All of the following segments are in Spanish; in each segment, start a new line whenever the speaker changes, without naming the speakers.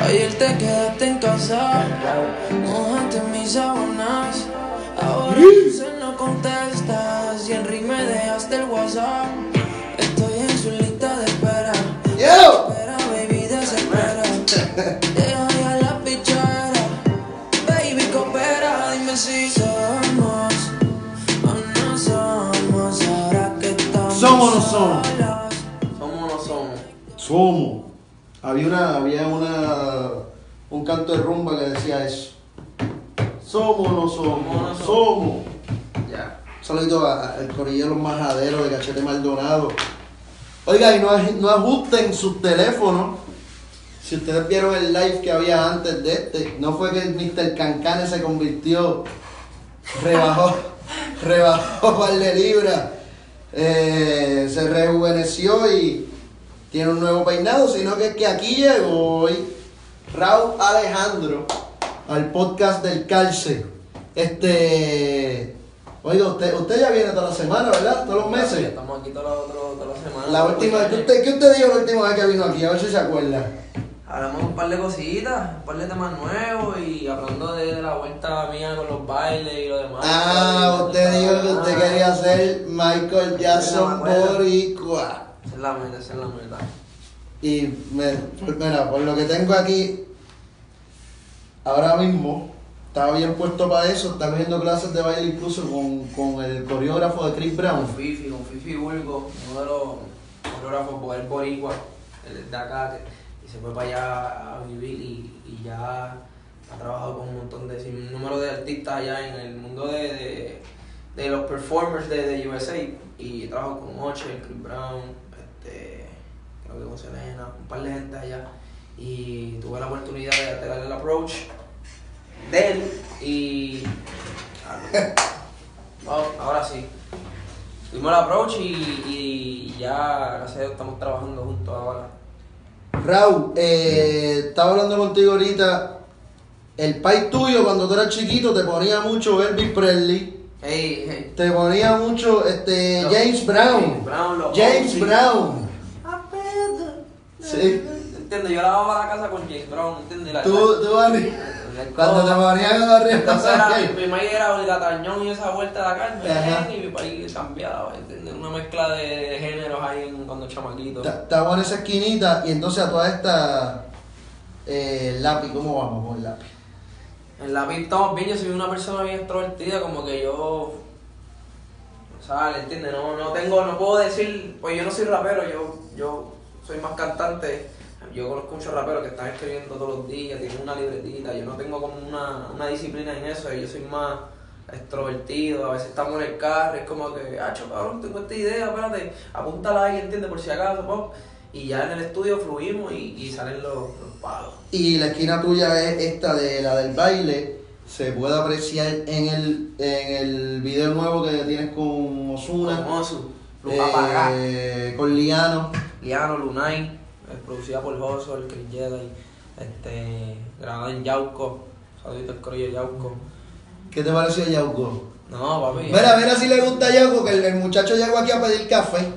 Ayer te quedaste en casa, mojaste mis sábanas. Ahora dicen no contestas y en rime dejaste el WhatsApp. Estoy en su lista de espera.
Yo.
Espera, baby, desespera. Deja ya la pichera. Baby, coopera, dime si somos o no somos. Ahora que estamos.
¿Somos o no somos?
solas.
Somos o no somos.
Somos. Había una, había una, un canto de rumba que decía eso. Somos o no
Somos o no
somos,
somos.
somos.
Ya.
Un Saludito a- a- al corillero de los majaderos de Cachete Maldonado. Oiga, y no, aj- no ajusten sus teléfonos. Si ustedes vieron el live que había antes de este, no fue que el Mr. Cancane se convirtió, rebajó, rebajó un par de libras, eh, se rejuveneció y tiene un nuevo peinado, sino que es que aquí llegó hoy Raúl Alejandro al podcast del calce. Este, oiga, usted, usted ya viene toda la semana, ¿verdad? Todos los meses.
Estamos aquí toda la, otra- toda la semana.
La última, ¿qué usted, ¿qué usted dijo la última vez que vino aquí? A ver si se acuerda.
Hablamos un par de cositas, un par de temas nuevos y hablando de la vuelta mía con los bailes y lo demás.
Ah, usted dijo que usted quería ser Michael Jackson
Me acuerdo.
Boricua.
Esa es la meta, esa es la meta.
Y me, por- mira, por lo que tengo aquí, ahora mismo, está bien puesto para eso, está cogiendo clases de baile incluso con, con el coreógrafo de Chris Brown.
Con Fifi, con Fifi Burgo, uno de los coreógrafos poder boricua, el de acá, que, y se fue para allá a vivir y, y ya ha trabajado con un montón de sin número de artistas allá en el mundo de, de, de los performers de, de USA. Y trabajó con Oche, Chris Brown, este, creo que con Selena, un par de gente allá. Y tuve la oportunidad de, de darle el approach de él y. Vamos, ahora sí. Tuvimos el approach y, y ya, gracias a Dios, estamos trabajando juntos ahora.
Raúl, eh, estaba hablando contigo ahorita, el país tuyo cuando tú eras chiquito te ponía mucho Elvis Presley.
Hey, hey.
Te ponía mucho este
Los-
James Brown.
James Brown, los
James
OG.
Brown. Sí.
¿Entiendes? Yo lavaba la casa con James Brown, ¿entiendes? La-
Tú, tú Ari,
la-
Cuando te
todo.
ponían a barrer
Entonces era, mi,
pasaje.
mi mamá era obligatañón y esa vuelta de acá, el
Ajá.
merengue, y mi país cambiaba, ¿entiendes? Una mezcla de, de géneros ahí en, cuando chamaquito.
Estaba en esa esquinita y entonces a toda esta eh, lápiz, ¿cómo vamos con el lápiz?
En la vida estamos bien, yo soy una persona bien extrovertida, como que yo. ¿Sabes? ¿Entiendes? No, no tengo, no puedo decir, pues yo no soy rapero, yo, yo soy más cantante. Yo conozco muchos raperos que están escribiendo todos los días, tienen una libretita, yo no tengo como una, una disciplina en eso, yo soy más extrovertido, a veces estamos en el carro, es como que, ah, cho, cabrón, tengo esta idea, espérate, apúntala ahí, ¿entiendes? Por si acaso, pop. Y ya en el estudio fluimos y, y salen los, los palos.
Y la esquina tuya es esta de la del baile. Se puede apreciar en el, en el video nuevo que tienes con Osuna,
Hermoso,
Eh,
los papagayos.
con Liano.
Liano, Lunay, eh, producida por Josso, el Chris Jedi, este, grabada en Yauco, saludito al Corillo de Yauco.
¿Qué te pareció Yauco?
No, papi. eh,
Mira, mira si le gusta Yauco, que el, el muchacho llegó aquí a pedir café.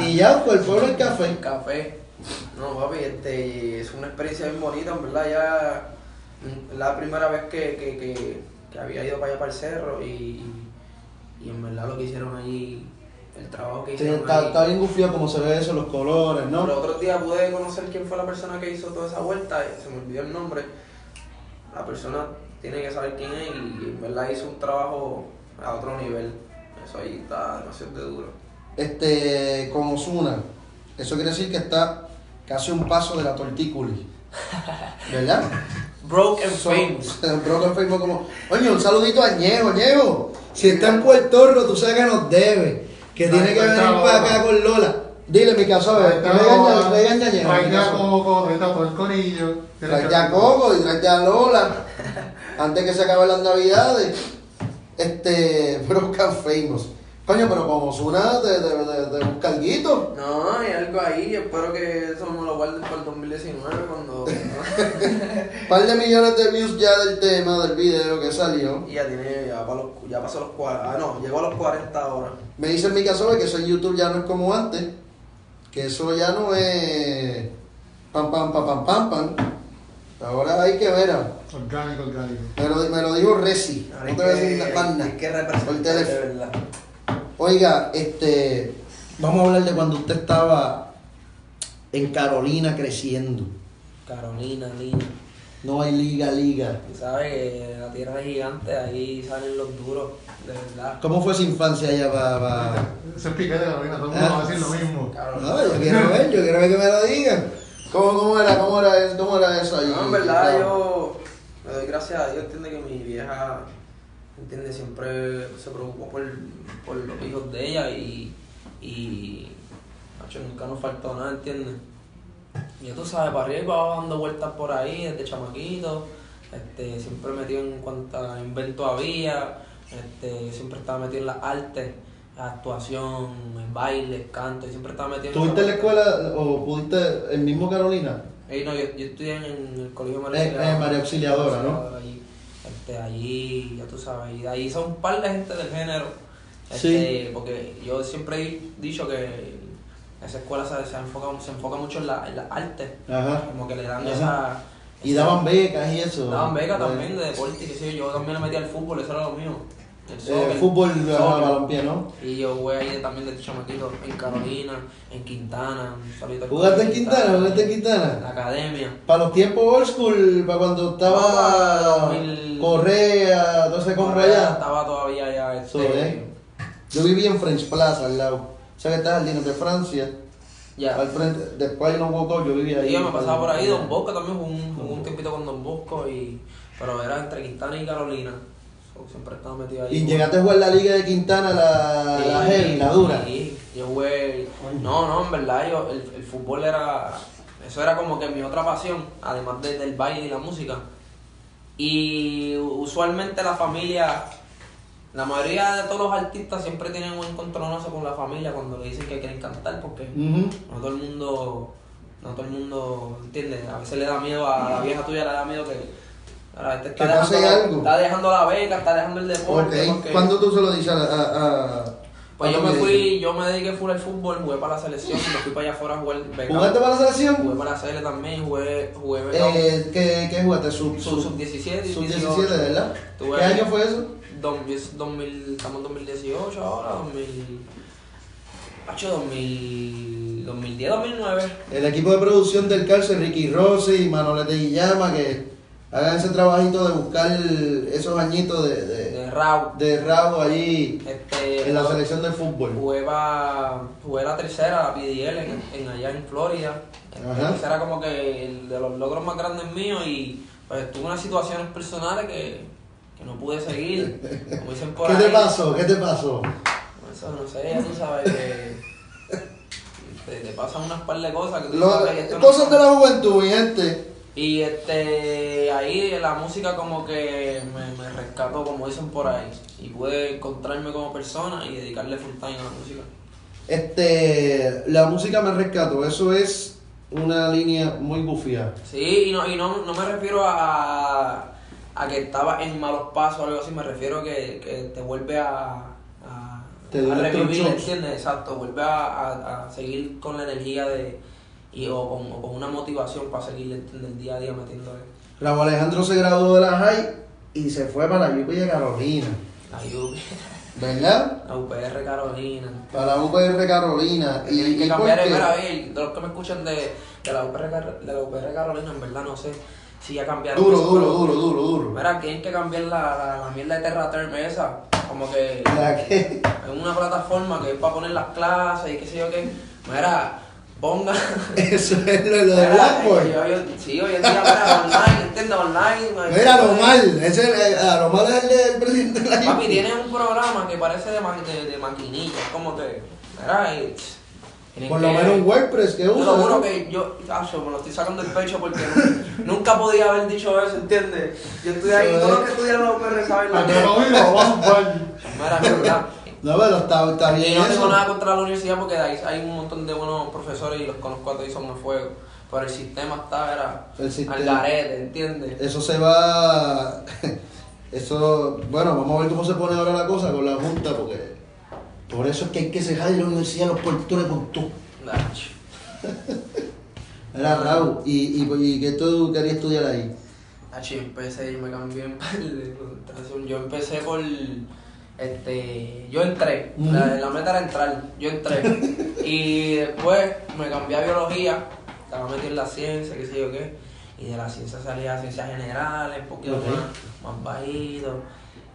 y Yauco, el pueblo del café.
El café. No, papi, este, es una experiencia bien bonita, en verdad, ya mm, la primera vez que, que, que, que había ido para allá para el cerro y, y, y en verdad lo que hicieron ahí, el trabajo que
Sí,
hicieron
está,
ahí.
está bien gufiado como se ve eso, los colores, ¿no?
Los otros días pude conocer quién fue la persona que hizo toda esa vuelta, y se me olvidó el nombre. La persona tiene que saber quién es y en verdad hizo un trabajo a otro nivel. Eso ahí está demasiado de duro.
Este, con Osuna. Eso quiere decir que está casi un paso de la tortículi. ¿Verdad?
Broke and
Son-
famous.
Broken Famous como. Oye, un saludito a Ñejo, Ñejo. Si está en Puerto Rico, tú sabes que nos debe. Que
No,
tiene que
no
venir
está
para
Lola.
acá con Lola. Dile, mi caso, a ver, regaña, regaña a Ñejo. mi
Baila
caso.
coco, vete a todo el corillo.
Trae ya Coco y trae ya Lola. Antes que se acaben las navidades. Este, Broken Famous. Coño, pero como Osuna te, te, te- te busca alguito.
No, hay algo ahí, espero que eso me lo guarden para el 2019 cuando...
par de millones de views ya del tema, del video que salió.
y ya tiene, ya, pa' los- ya pasó los 40, ah no, llegó a los 40 ahora.
Me dice mi caso que eso en YouTube ya no es como antes. Que eso ya no es pam pam pam pam pam pam. Ahora hay que ver. ah.
Orgánico, orgánico.
Me lo, me lo dijo Resi.
Ahora
No
hay
te voy a
que-
decir la banda.
hay que
Por
representar de
teléfono.
verdad.
Oiga, este. Vamos a hablar de cuando usted estaba en Carolina creciendo.
Carolina, niña.
No hay liga, liga.
Tú sabes que la tierra es gigante, ahí salen los duros, de verdad.
¿Cómo fue su infancia allá para.?
Eso es piquete, Carolina. Todo el mundo va a decir lo mismo.
Carolina.
No, yo quiero ver, yo quiero ver que me lo digan. ¿Cómo, cómo era, cómo era, eso- cómo era eso ahí?
No, en verdad yo le doy gracias a Dios, entiende que mi vieja, entiende, siempre se preocupó por, por los hijos de ella y, y macho, nunca nos faltó nada, entiende. Y tú sabes, para arriba y para abajo dando vueltas por ahí, desde chamaquito, este, siempre metido en cuanto a invento había, este, siempre estaba metido en las artes, actuación, en baile, canto, y siempre estaba metido en
¿Tuviste en la
esa parte.
escuela o pudiste en mismo Carolina?
Ey, no, yo, yo estudié en el colegio
Eh, eh, María Auxiliadora, ¿no?
Allí, este, allí, ya tú sabes, y de ahí son un par de gente del género.
Sí.
Este, Porque yo siempre he dicho que esa escuela se, se, enfoca, se enfoca mucho en la, en la arte,
Ajá.
como que le dan
Ajá.
esa...
Y
esa-
daban becas y eso. Eh,
Daban beca
Bueno.
también de deporte, que sé yo, yo también le metí al fútbol, eso era lo mío. El
Eh,
soccer,
fútbol,
soccer.
ajá, balompié, ¿no?
Y yo jugué ahí también de chamaquito, en Carolina, en Quintana, un saludo al
¿Jugaste en
colegio
Quintana? ¿Jugaste en
en la
Quintana?
academia.
Para los tiempos old school, para cuando estaba
No, el-
Correa, todo ese combo allá.
Estaba todavía ya este,
Eso, eh. Yo vivía en French Plaza al lado. O sea que estaba al Dino de Francia.
Ya.
Al frente, después de los Walkout yo vivía
Y
ahí.
yo me pasaba por ahí, Don Bosco también jugó un, jugó un tiempito con Don Bosco y. Pero era entre Quintana y Carolina. So, siempre estaba metido ahí.
Y llegaste a jugar la Liga de Quintana, la,
Sí,
la heavy, la dura.
Sí, yo jugué. No, no, en verdad, yo, el, el fútbol era. Eso era como que mi otra pasión, además de- del baile y la música. Y usualmente la familia. La mayoría de todos los artistas siempre tienen un encontronazo con la familia cuando le dicen que quieren cantar porque
Ujú.
no todo el mundo no todo el mundo entiende a veces le da miedo a la vieja tuya le da miedo que ahora este está
Que pase
dejando,
algo.
está dejando la beca está dejando el deporte
Ok,
porque-
¿cuándo tú se lo dices a, a, a-
pues
a
yo
tu
me
médico?
fui yo me dediqué full al fútbol jugué para la selección me fui para allá afuera a jugar beca.
¿Jugaste para la
jugué
selección?
para la sele también jugué jugué
Eh, ¿qué, qué jugaste? Sub,
sub, 17 y
sub
18.
17, ¿verdad?
Tuve-
¿Qué año fue eso?
Dos mil- dos mil- estamos en 2018 ahora 2000 Hacho, 2000 2010 2009
El equipo de producción del cárcel, Ricky Rossi, Manolete Guillama, que hagan ese trabajito de buscar esos añitos de, de,
de Raw
de rabo allí
este
en la selección de fútbol.
Jugué, pa- jugué la tercera, la PDL, en, en allá en Florida.
Ajá.
La tercera como que el de los logros más grandes míos y pues tuve unas situaciones personales que, que no pude seguir. Como dicen por
¿Qué
ahí. Pues,
te pasó? ¿Qué te pasó?
Eso no sé, ya tú sabes que te, te pasan unas par de cosas que tú
Lo-
sabes que esto no-
cosas de la juventud, mi gente.
Y este ahí la música como que me, me rescató, como dicen por ahí. Y pude encontrarme como persona y dedicarle full time a la música.
Este, la música me rescató, eso es una línea muy bufía.
Sí, y no, y no, no me refiero a, a que estaba en malos pasos o algo así, me refiero que, que te vuelve a, a,
Te
a
dio otro
revivir,
shock.
¿entiendes? Exacto, vuelve a, a- a seguir con la energía de y, o, con, o con una motivación para seguir ¿entiendes? el día a día metiéndole.
Raúl Alejandro se graduó de la high y se fue para la UP de Carolina,
La U-
¿verdad?
la UPR Carolina.
Para la UPR Carolina. Y,
Hay que
y por
cambiar,
qué?
mira, oye, de los que me escuchan de, de, la UPR, Car- de la UPR Carolina, en verdad no sé si ya cambiaron.
Duro,
eso,
duro,
pero-
duro, duro, duro.
Mira, tienen que cambiar la, la, la mierda de Terra Term esa. Como que
La que-
es una plataforma que es para poner las clases y qué sé yo qué. Mira, ponga.
Eso es lo, lo de
Mira,
Blackboard.
yo- yo- sí, hoy en día, mira, online, entiendo, online.
Mira, lo
online.
mal. Ese, eh, a lo mal es el del presidente de la
Papi,
UP.
tiene un programa que parece de, ma- de, de maquinilla. es Como que. Mira, y, tienen
Por lo
que-
menos WordPress que
Yo
usa.
lo juro
¿no?
que yo, tacho, me lo estoy sacando del pecho porque nu- nunca podía haber dicho eso, ¿entiendes? Yo estoy ahí, todos los que estudiaron la UPR saben la
Hasta que
mierda.
lo vi, lo vamos a jugar.
Mira, es verdad.
No, pero está, está
Y
bien.
yo no tengo
eso.
nada contra la universidad porque de ahí hay un montón de buenos profesores y los conozco a todos y son a fuego. Pero el sistema está, era
El sistema.
al garete, ¿entiendes?
Eso se va. Eso. Bueno, vamos a ver cómo se pone ahora la cosa con la Junta, porque. Por eso es que hay que cejar la universidad a los puertos de Puerto.
Nacho.
Es Era Raúl, ¿y, y, y qué tú querías estudiar ahí?
Hacho, Ah, yo empecé, yo me cambié en par de concentración. Yo empecé por. Este, yo entré, la, la meta era entrar, yo entré. y después me cambié a biología, estaba metido en la ciencia, qué sé yo qué. Y de la ciencia salía a ciencias generales, un poquito
Ok.
más, más bajito.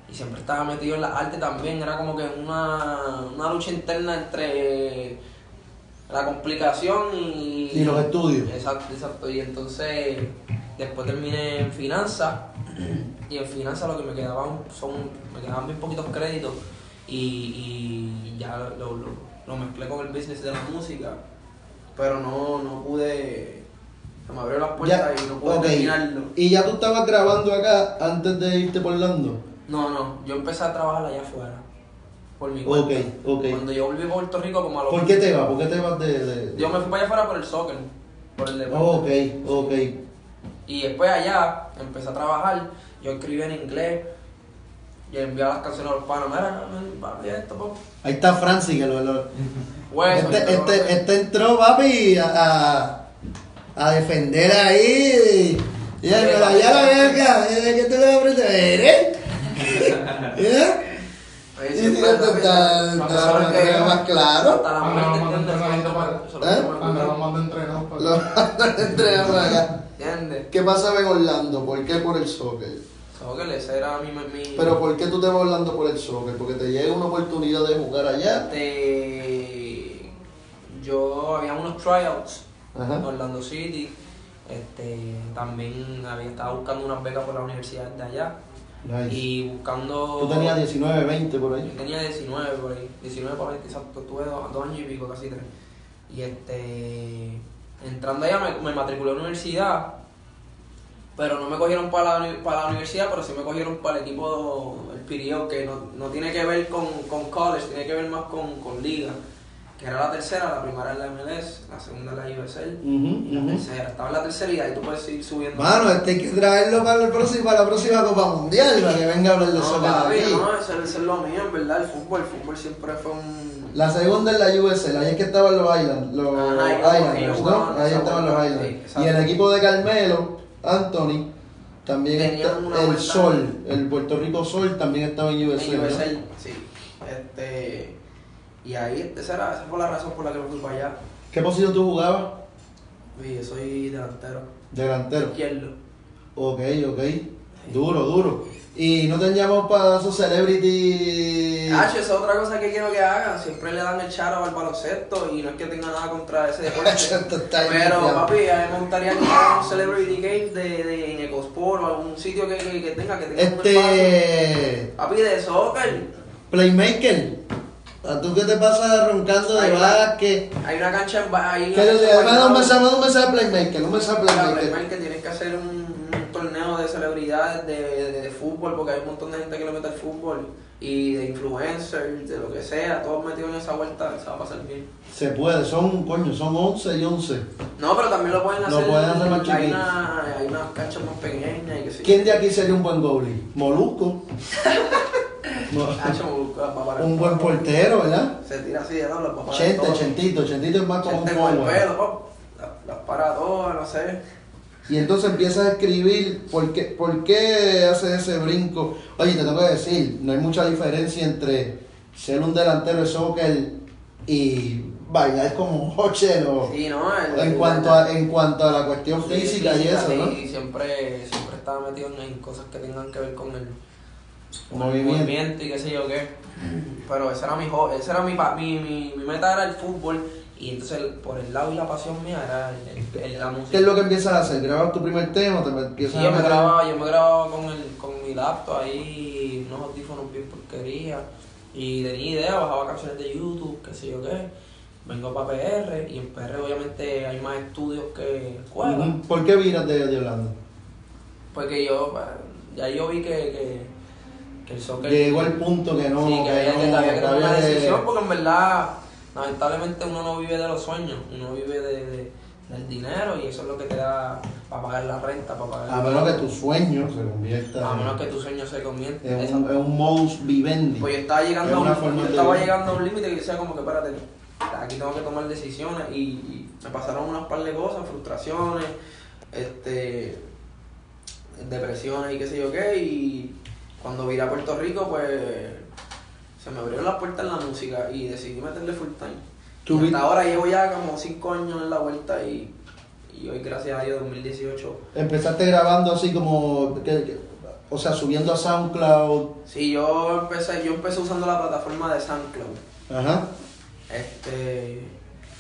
Y siempre estaba metido en la arte también, era como que una, una lucha interna entre la complicación y,
Y los estudios.
Exacto, exacto. Y entonces después terminé en finanzas y en finanzas lo que me quedaban son me quedaban bien poquitos créditos y, y ya lo, lo, lo mezclé con el business de la música, pero no, no pude, se me abrió las puertas y no pude
ok.
terminarlo.
Y ya tú estabas grabando acá antes de irte por Orlando.
No, no, yo empecé a trabajar allá afuera, por mi cuenta.
Ok, ok.
Cuando yo volví a Puerto Rico como a los...
¿Por qué te vas? ¿Por qué te vas de...? de...
Yo me fui para allá afuera por el soccer, por el deporte.
Oh, ok, ok.
Y después allá empecé a trabajar, yo escribía en inglés, yo enviaba las canciones a los panos, mira, ven, papi, esto, pop.
Ahí está Francis, que lo... lo-
Hueso,
este,
yo-
este, este entró, papi, a, a, a defender ahí. Y él, pero allá la verga, ¿eh? ¿qué te le vas a aprender? ¿Eh? ¿Eh?
Ahí
Y
sí,
digo,
pues,
está- está-
la
está-
este,
persona
está
que-
más claro.
Hasta la
Ah,
muerte
no, no,
entiende,
no,
eso es lo
no,
que-
no,
eso es lo que
¿eh?
me
Andrés
ocurre,
nos manda pues, entrenados para
Lo entrenaron acá.
¿Entiendes?
¿Qué pasaba en Orlando? ¿Por qué por el soccer?
Solo que ese era mi... mi-
Pero ¿por qué tú te vas hablando por el soccer? Porque te llega una oportunidad de jugar allá.
Este, yo había unos tryouts
Ajá.
en Orlando City. Este, también había estado buscando unas becas por la universidad de allá.
Nice.
Y buscando.
Tú tenías 19, 20 por
Yo
ahí.
tenía 19 por ahí, 19 por 20, exacto, tuve dos, dos años y pico, casi tres. Y este, entrando allá me, me matriculé en la universidad, pero no me cogieron para la, uni- para la universidad, pero sí me cogieron para el equipo, el Pirio, que no, no tiene que ver con, con college, tiene que ver más con, con liga, que era la tercera, la primera es la MLS, la segunda es la USL, y la
Ujú, ujú.
tercera, estaba en la tercera y ahí tú puedes ir subiendo.
Mano, este hay que traerlo para, el próximo, para la próxima Copa Mundial, para que venga a hablar de
no,
soccer
papi,
aquí.
no, eso, eso es lo mío, en verdad, el fútbol, el fútbol siempre fue un...
La segunda es la USL, ahí es que estaban los Islands, los
Ajá, y los- y
Islanders,
los
¿no?
jugadores,
Ahí
esa
estaban los
bola, sí,
Islanders.
exacto.
y el equipo de Carmelo, Anthony, también
Tenían
está,
una
el
vuelta.
Sol, el Puerto Rico Sol también estaba en USL.
En
¿no?
USL, sí. Este, y ahí, esa, era, esa fue la razón por la que me fui para allá.
¿Qué posición tú jugabas?
Y yo soy delantero,
Delantero.
izquierdo.
Ok, ok. Duro, duro. Y no teníamos para esos celebrity.
Ah, esa es otra cosa que quiero que hagan. Siempre le dan el charo al baloncesto y no es que tenga nada contra ese deporte.
Esto está bien,
Pero,
ya.
papi, a mí me gustaría que hicieran un Celebrity Game de, de, en Ecosport o algún sitio que, que, que tenga que tenga un espacio.
Este.
Papi, de soccer.
Playmaker. ¿A tú qué te pasas roncando de
Ahí va.
básquet?
Hay una cancha en ba- hay
Que
una
le
cancha en
manda un
Guaynabo.
mensaje, manda un mensaje a Playmaker, un mensaje a
Para
Playmaker.
que tienes que hacer un, un torneo de celebridades de, de- de fútbol, porque hay un montón de gente que le mete al fútbol y de influencers, de lo que sea, todos metidos en esa vuelta, se va a pasar bien.
Se puede, son, coño, son 11 y 11.
No, pero también lo pueden
Lo
hacer.
pueden hacer más
hay,
chiquito.
una, hay unas canchas más pequeñas y que sí.
¿Quién de aquí sería un buen goblin? Molusco. Mo-
Ah,
un buen portero, ¿verdad?
Se tira así, ya no lo papá.
Chente, chentito, chentito es más como un
Este con el
forward.
pelo, pop. Las- Las para todas, no sé.
Y entonces empiezas a escribir, ¿por qué, ¿por qué haces ese brinco? Oye, te tengo que decir, no hay mucha diferencia entre ser un delantero de soccer y bailar como Hoche o
Sí, no, el-
en, cuanto a, en cuanto a la cuestión física y eso, ¿no?
Y siempre, siempre estaba metido en, en cosas que tengan que ver con el con el
Movimiento.
movimiento y qué sé yo qué. Pero ese era mi jo- ese era mi, pa- mi, mi, mi meta era el fútbol y entonces el- por el lado y la pasión mía era el, el- la música.
¿Qué es lo que empiezas a hacer? ¿Grabas tu primer tema? ¿Te
Sí,
empiezas a
yo me
meter-
grababa, yo me grababa con el, con mi laptop ahí, unos audífonos bien porquería. Y tenía idea, bajaba canciones de YouTube, qué sé yo qué. Vengo para PR y en PR obviamente hay más estudios que escuelas.
Ujú. ¿Por qué viras de, de Holanda?
Porque yo, pues, ya yo vi que, que, que el soccer.
Llegó el punto que no,
sí, que había
no,
que, había que tomar una
había que-
decisión, pues. porque en verdad, lamentablemente uno no vive de los sueños, uno vive de, de- del dinero y eso es lo que te da para pagar la renta, para pagar.
A menos que tu sueño se convierta
a
en,
menos que tu sueño se convierta.
en un, en un modus vivendi.
Pues yo estaba llegando
Es
a un,
una forma
yo
de-
estaba llegando a un límite que decía como que espérate, aquí tengo que tomar decisiones y, y me pasaron unas par de cosas, frustraciones, este, depresiones y qué sé yo qué, y cuando vine a Puerto Rico, pues se me abrieron las puertas en la música y decidí meterle full time.
Tú
Y
vi-
hasta ahora llevo ya como 5 años en la vuelta y, y hoy, gracias a Dios, 2018.
Empezaste grabando así como, que- que- o sea, subiendo a SoundCloud.
Sí, yo empecé, yo empecé usando la plataforma de SoundCloud.
Ajá.
Este,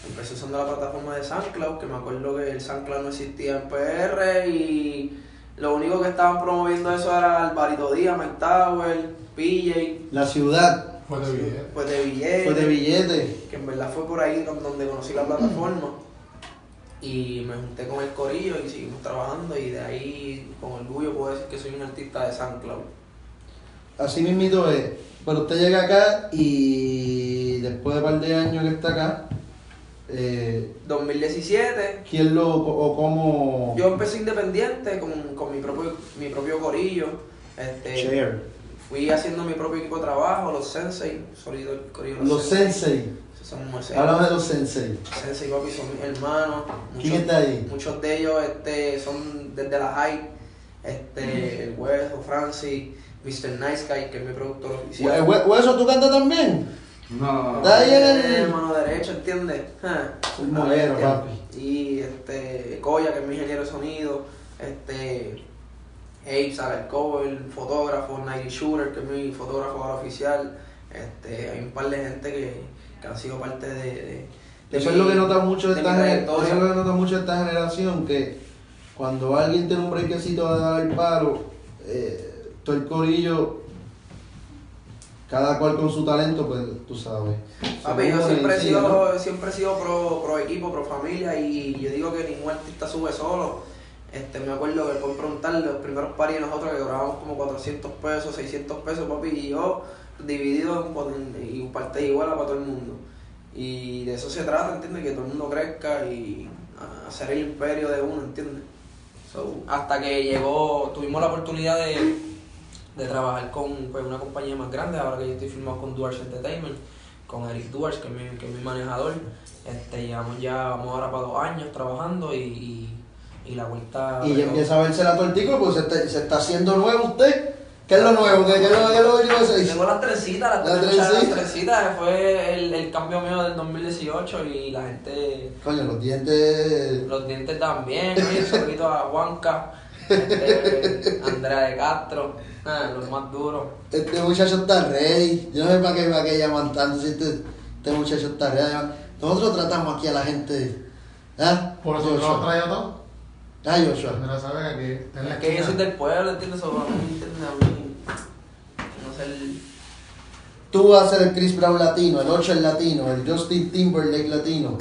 empecé usando la plataforma de SoundCloud, que me acuerdo que el SoundCloud no existía en PR y lo único que estaban promoviendo eso era Alvarito Díaz, Mike Tower, PJ,
La ciudad
Fue de video.
pues de Villete,
fue de billete.
que en verdad fue por ahí don- donde conocí la plataforma. Y me junté con el corillo y seguimos trabajando y de ahí con orgullo puedo decir que soy un artista de SoundCloud.
Así mismito es. Pero usted llega acá y después de un par de años que está acá, eh,
2017
¿quién lo o cómo?
yo empecé independiente con, con mi propio mi propio corillo. Este,
Share.
Fui haciendo mi propio equipo de trabajo, los Sensei, sólido el corillo. de
Los sensei.
Esos Son muy
Háblame de los sensei.
Sensei papi son mis hermanos.
¿Quién está ahí?
Muchos de ellos este, son desde la high. Este, el Hueso, Francis, Mr. Nice Guy, que es mi productor oficial.
Hue- hue- Hueso, ¿tú cantas también?
No.
Está ahí en el-
Eh, Mano derecha, ¿entiendes? Ja.
Soy molero,
Ah,
papi.
Y este, Coya, que es mi ingeniero de sonido. Este, Apes, Alex Cole, fotógrafo, Nighty Shooter, que es mi fotógrafo ahora oficial. Este, hay un par de gente que, que han sido parte de. de- de
Eso es
mi-
lo que nota mucho de
de
esta
mi
gener-
trayectoria.
eso es lo que nota mucho de esta generación, que cuando alguien tiene un brequecito de dar el palo, eh, todo el corillo, cada cual con su talento, pues tú sabes.
Papi,
Se
yo
unen,
siempre he
sí, ¿no?
sido, siempre he sido pro, pro equipo, pro familia y yo digo que ningún artista sube solo. Este, me acuerdo que por preguntarle los primeros paris de nosotros que cobrábamos como 400 pesos, 600 pesos, papi, y yo dividido en pot- en- y parte igual para todo el mundo. Y de eso se trata, ¿entiendes? Que todo el mundo crezca y ah, hacer el imperio de uno, ¿entiendes? So, hasta que llegó, tuvimos la oportunidad de, de trabajar con pues, una compañía más grande, ahora que yo estoy firmado con Duars Entertainment, con Eric Duars, que es mi, que es mi manejador. Este, llevamos ya, vamos ahora para dos años trabajando y, y, y la vuelta...
Y ya empieza a verse la tortícula, pues se está, se está haciendo nuevo usted. ¿Qué es lo nuevo? ¿Qué, qué es lo qué es lo último que se dice?
Tengo las trencitas, las,
Las
trencitas, las
trencitas.
trencitas, que fue el, el cambio mío del 2018 y la gente...
Coño, los dientes.
Los dientes también, oye, saludito a Juanca, este, Andrea de Castro, ah, los más duros.
Este muchacho está rey. Yo no sé para qué, para qué llaman tanto. Si este, este muchacho está rey. Además, Nosotros tratamos aquí a la gente. ¿Ah?
Por eso te lo has
Joshua.
traído todo.
Ah, Joshua.
Mira, sabes que está en la
Es que yo soy
esquina.
del pueblo, ¿entiendes? Eso para mí, ¿entiendes? A mí, no sé, el-
Tú vas a ser el Chris Brown latino, el Ocho el latino, el Justin Timberlake latino.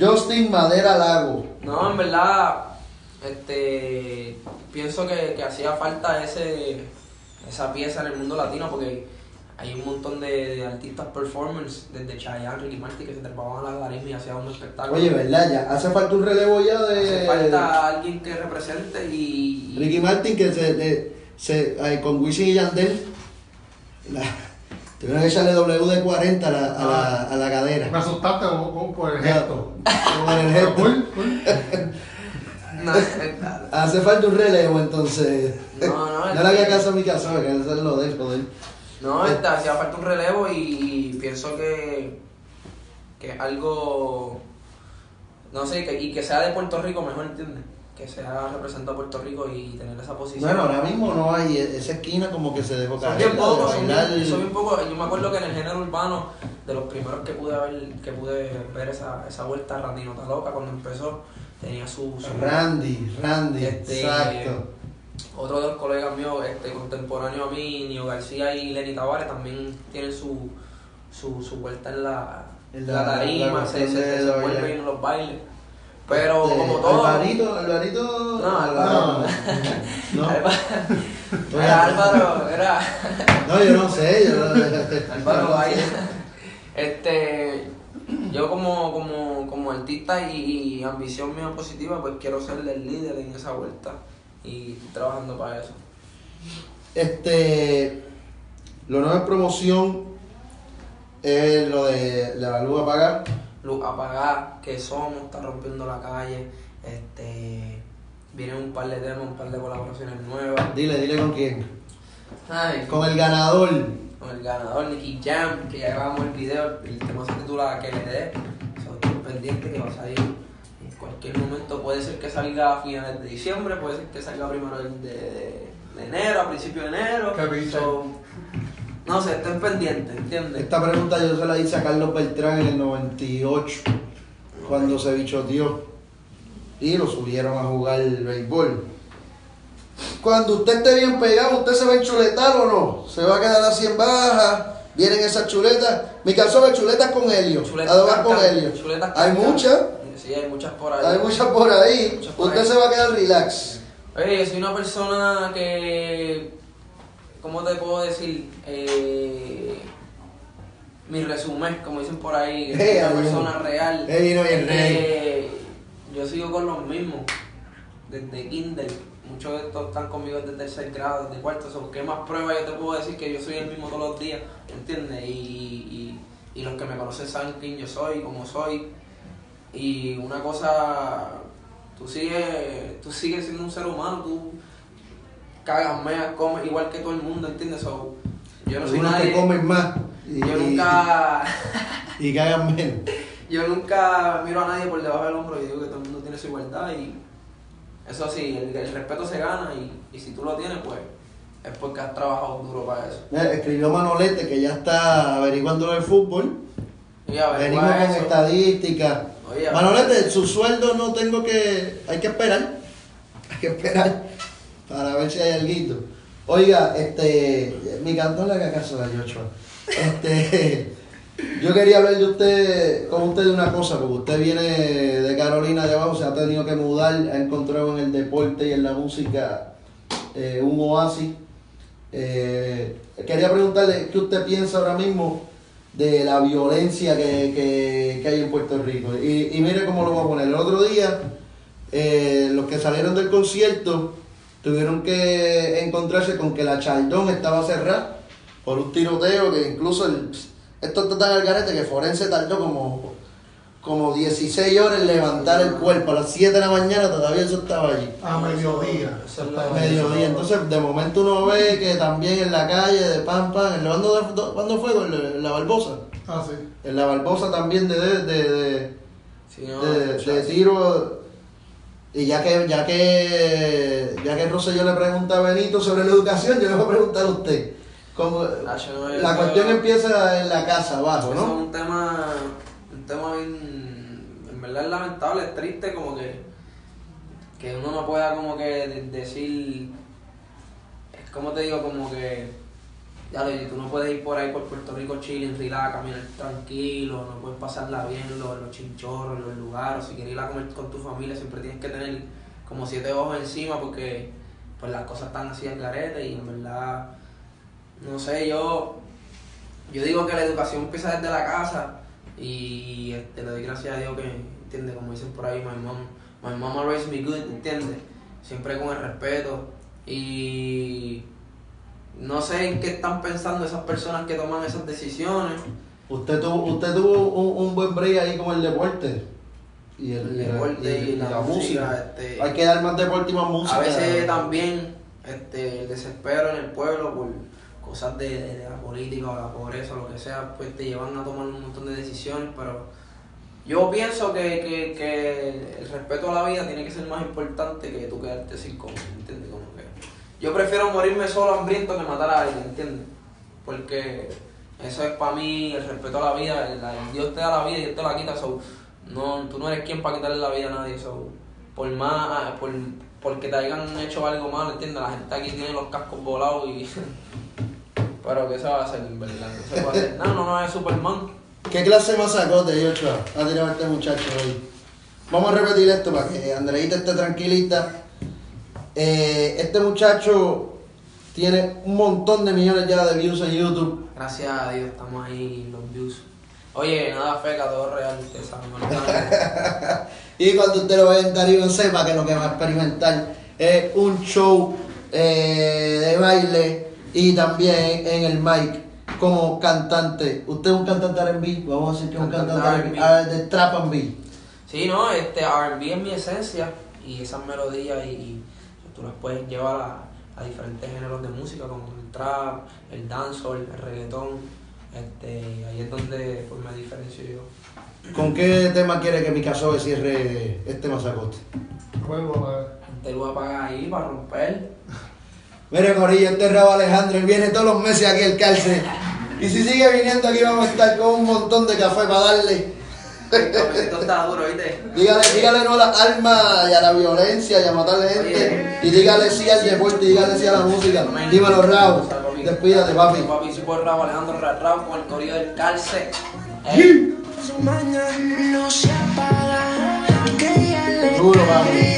Justin Madera Lago.
No, en verdad, este, pienso que, que hacía falta ese, esa pieza en el mundo latino porque hay un montón de, de artistas performance, desde Chayanne, Ricky Martin, que se trepaban a la garisma y hacían un espectáculo.
Oye, ¿verdad? Ya hace falta un relevo ya
Hace
de.
falta alguien que represente y... y-
Ricky Martin que se, de- se ay, con Wisin y Yandel la, tuvieron que echarle W de 40 a la, a la, a la
Me
cadera.
asustaste por, por- por el gesto.
Con el
Pero
gesto.
cool, cool.
No, es verdad.
Hace falta un relevo entonces.
No, no,
No le haga caso a mi caso, que eso es lo de él, joder.
No, este, hacía falta un relevo y pienso que, que algo, no sé, que, y que sea de Puerto Rico mejor, ¿entiendes? Que sea representado a Puerto Rico y tener esa posición.
Bueno, ahora mismo no hay, e-, esa esquina como que se dejó
son
caer.
bien
la de
pocos, son
bailar.
bien, son bien pocos. Yo me acuerdo que en el género urbano, de los primeros que pude ver, que pude ver esa, esa vuelta a Randy Nota Loca cuando empezó, tenía su... su-
Randy, Randy,
Este,
exacto.
Otro de los colegas míos, este, contemporáneo a mí, Nio García y Lenny Tavares, también tienen su, su, su vuelta en la,
En
la,
la- la
tarima, se,
cuestión
se
de
desenvuelven
bailar.
en los bailes. Pero
Este,
como todo,
Alvarito, Alvarito.
No,
Alvaro. No, Pues, Oye,
Álvaro, era Álvaro, era
no, yo no sé. Yo,
Álvaro
no sé.
baila. Este, yo como, como, como artista y, y ambición mía positiva, pues quiero ser el líder en esa vuelta y estoy trabajando para eso.
Este, lo nuevo es promoción. es lo de la luz apagada.
Luz apagada, que somos, está rompiendo la calle. Este. Vienen un par de temas, un par de colaboraciones nuevas.
Dile, dile con quién.
Ay,
Con el ganador.
con el ganador Nicky Jam, que ya grabamos el video, el tema se titula Que le dé. Son estoy pendiente que va a salir en cualquier momento. Puede ser que salga a finales de diciembre, puede ser que salga primero de, de- de enero, a principios de enero.
Qué bicho.
So, no sé, estén pendientes, ¿entiendes?
Esta pregunta yo se la hice a Carlos Beltrán en el 98, cuando se bichoteó. Y lo subieron a jugar el béisbol. Cuando usted esté bien pegado, ¿usted se va a enchuletar o no? ¿Se va a quedar así en baja? ¿Vienen esas chuletas? Mi caso de chuletas con helio. ¿A dónde vas con
cancan,
helio?
chuletas
Hay
cancan.
muchas,
Sí, hay muchas por ahí.
hay muchas por ahí.
Muchas por
Usted
ahí.
se va a quedar relax.
Oye, yo soy una persona que. ¿Cómo te puedo decir? Eh, mi resumen, como dicen por ahí, soy
Hey,
una
adiós.
persona real.
Hey, no, bien real.
Eh, yo sigo con los mismos, desde kinder. Muchos de estos están conmigo desde tercer grado, desde cuarto. So, ¿Qué más pruebas yo te puedo decir que yo soy el mismo todos los días? ¿Entiendes? Y, y- y los que me conocen saben quién yo soy, cómo soy. Y una cosa, tú sigues, tú sigues siendo un ser humano, tú cagas, meas, comes igual que todo el mundo, ¿entiendes? So, yo no soy
Algunos
nadie.
que comen más. Y,
Yo nunca.
Y, y cagan menos.
Yo nunca miro a nadie por debajo del hombro, yo digo que todo el mundo tiene su igualdad y eso sí, el, el respeto se gana y, y si tú lo tienes, pues es porque has trabajado duro para eso.
Mira, Escribió Manolete que ya está averiguando el fútbol.
Y a ver,
Venimos con estadísticas.
Oye,
Manolete, su sueldo no tengo que. Hay que esperar. Hay que esperar para ver si hay alguito. Oiga, este. Mi canto le haga caso de Yochoa. Este. Yo quería hablar de usted, con usted de una cosa, porque usted viene de Carolina de abajo, se ha tenido que mudar, ha encontrado en el deporte y en la música eh, un oasis. Eh, quería preguntarle qué usted piensa ahora mismo de la violencia que, que- que hay en Puerto Rico. Y, y mire cómo lo voy a poner. El otro día, eh, los que salieron del concierto tuvieron que encontrarse con que la Chaldón estaba cerrada por un tiroteo que incluso el, esto está tan al garete que Forense tardó como, como 16 horas en levantar el cuerpo. A las 7 de la mañana todavía eso estaba allí.
A mediodía.
Eso es
Al
lo-
mediodía. Entonces, de momento uno ve que también en la calle de Pam Pam, ¿en la- ¿cuándo, cuándo fue? ¿En la- en la Barbosa?
Ah, sí.
En la Barbosa también de, de, de,
Si no,
de- de tiro. Y ya que, ya que, ya que Rosselló le pregunta a Benito sobre la educación, yo le voy a preguntar a usted. Como-
Nacho, no, yo
la
creo-
cuestión empieza en la casa, abajo,
Eso
¿no?
es un tema, un tema bien, en verdad es lamentable, es triste como que, que uno no pueda como que de- decir, es como te digo, como que, ya lo- tú no puedes ir por ahí por Puerto Rico, Chile, en Rilá, caminar tranquilo, no puedes pasarla bien en los, en los chinchorros, en los lugares, si quieres ir a comer con tu familia siempre tienes que tener como siete ojos encima porque pues las cosas están así al garete y en verdad, no sé, yo... Yo digo que la educación empieza desde la casa y este, le doy gracias a Dios que, entiende Como dicen por ahí, my mom, my mama raised me good, ¿entiendes? Siempre con el respeto y no sé en qué están pensando esas personas que toman esas decisiones.
Usted tuvo, usted tuvo un, un buen break ahí con el deporte. Y el,
El
y la-
deporte y la música, este-
Hay que dar más deporte y más música.
A veces también este, el desespero en el pueblo por cosas de, de- de la política o la pobreza o lo que sea, pues te llevan a tomar un montón de decisiones, pero yo pienso que, que- que el respeto a la vida tiene que ser más importante que tú quedarte sin comer, ¿entiendes? Como que yo prefiero morirme solo hambriento que matar a alguien, ¿entiendes? Porque eso es para mí el respeto a la vida, el- la- Dios te da la vida y Dios te la quita, so, no, tú no eres quien para quitarle la vida a nadie, so, por más, ah, por, porque te hayan hecho algo malo, ¿entiendes? La gente aquí tiene los cascos volados y... Pero que se va a hacer, en verdad, no se puede hacer. No, no, no es Superman.
¿Qué clase de masacote, Yochoa, ha tirado este muchacho hoy? Vamos a repetir esto para que Andreita esté tranquilita. Eh, este muchacho tiene un montón de millones ya de views en YouTube.
Gracias a Dios estamos ahí los views. Oye, nada feca, todo real, ustedes saben, no es nada.
Y cuando usted lo vea en Darío, sepa que lo que va a experimentar es un show eh, de baile y también en el mic. como cantante, usted es un cantante R&B, vamos a decir que es un
Cantante
cantante
R&B.
R&B, ah, de trap R&B.
Sí, no, este R&B es mi esencia y esas melodías y, y tú las puedes llevar a, a diferentes géneros de música como el trap, el dancehall, el reggaetón. Este, ahí es donde pues, me diferencio yo.
¿Con qué tema quiere que mi caso cierre este masacote?
Vuelvo a
Te lo voy a pagar ahí para romper.
Mire, Corillo, este es Raúl Alejandro, él viene todos los meses aquí al cárcel. Y si sigue viniendo aquí vamos a estar con un montón de café para darle.
Esto está duro, ¿viste?
Dígale, dígale no a las armas y a la violencia y a matarle gente. Y dígale sí al deporte y dígale sí a la música. Dímelo, Raúl. Despídate, papi.
Papi, soy por Raúl Alejandro Ra- Raúl con el corrido del calce.
Su mañana no se apaga, que ella le
Duro, papi.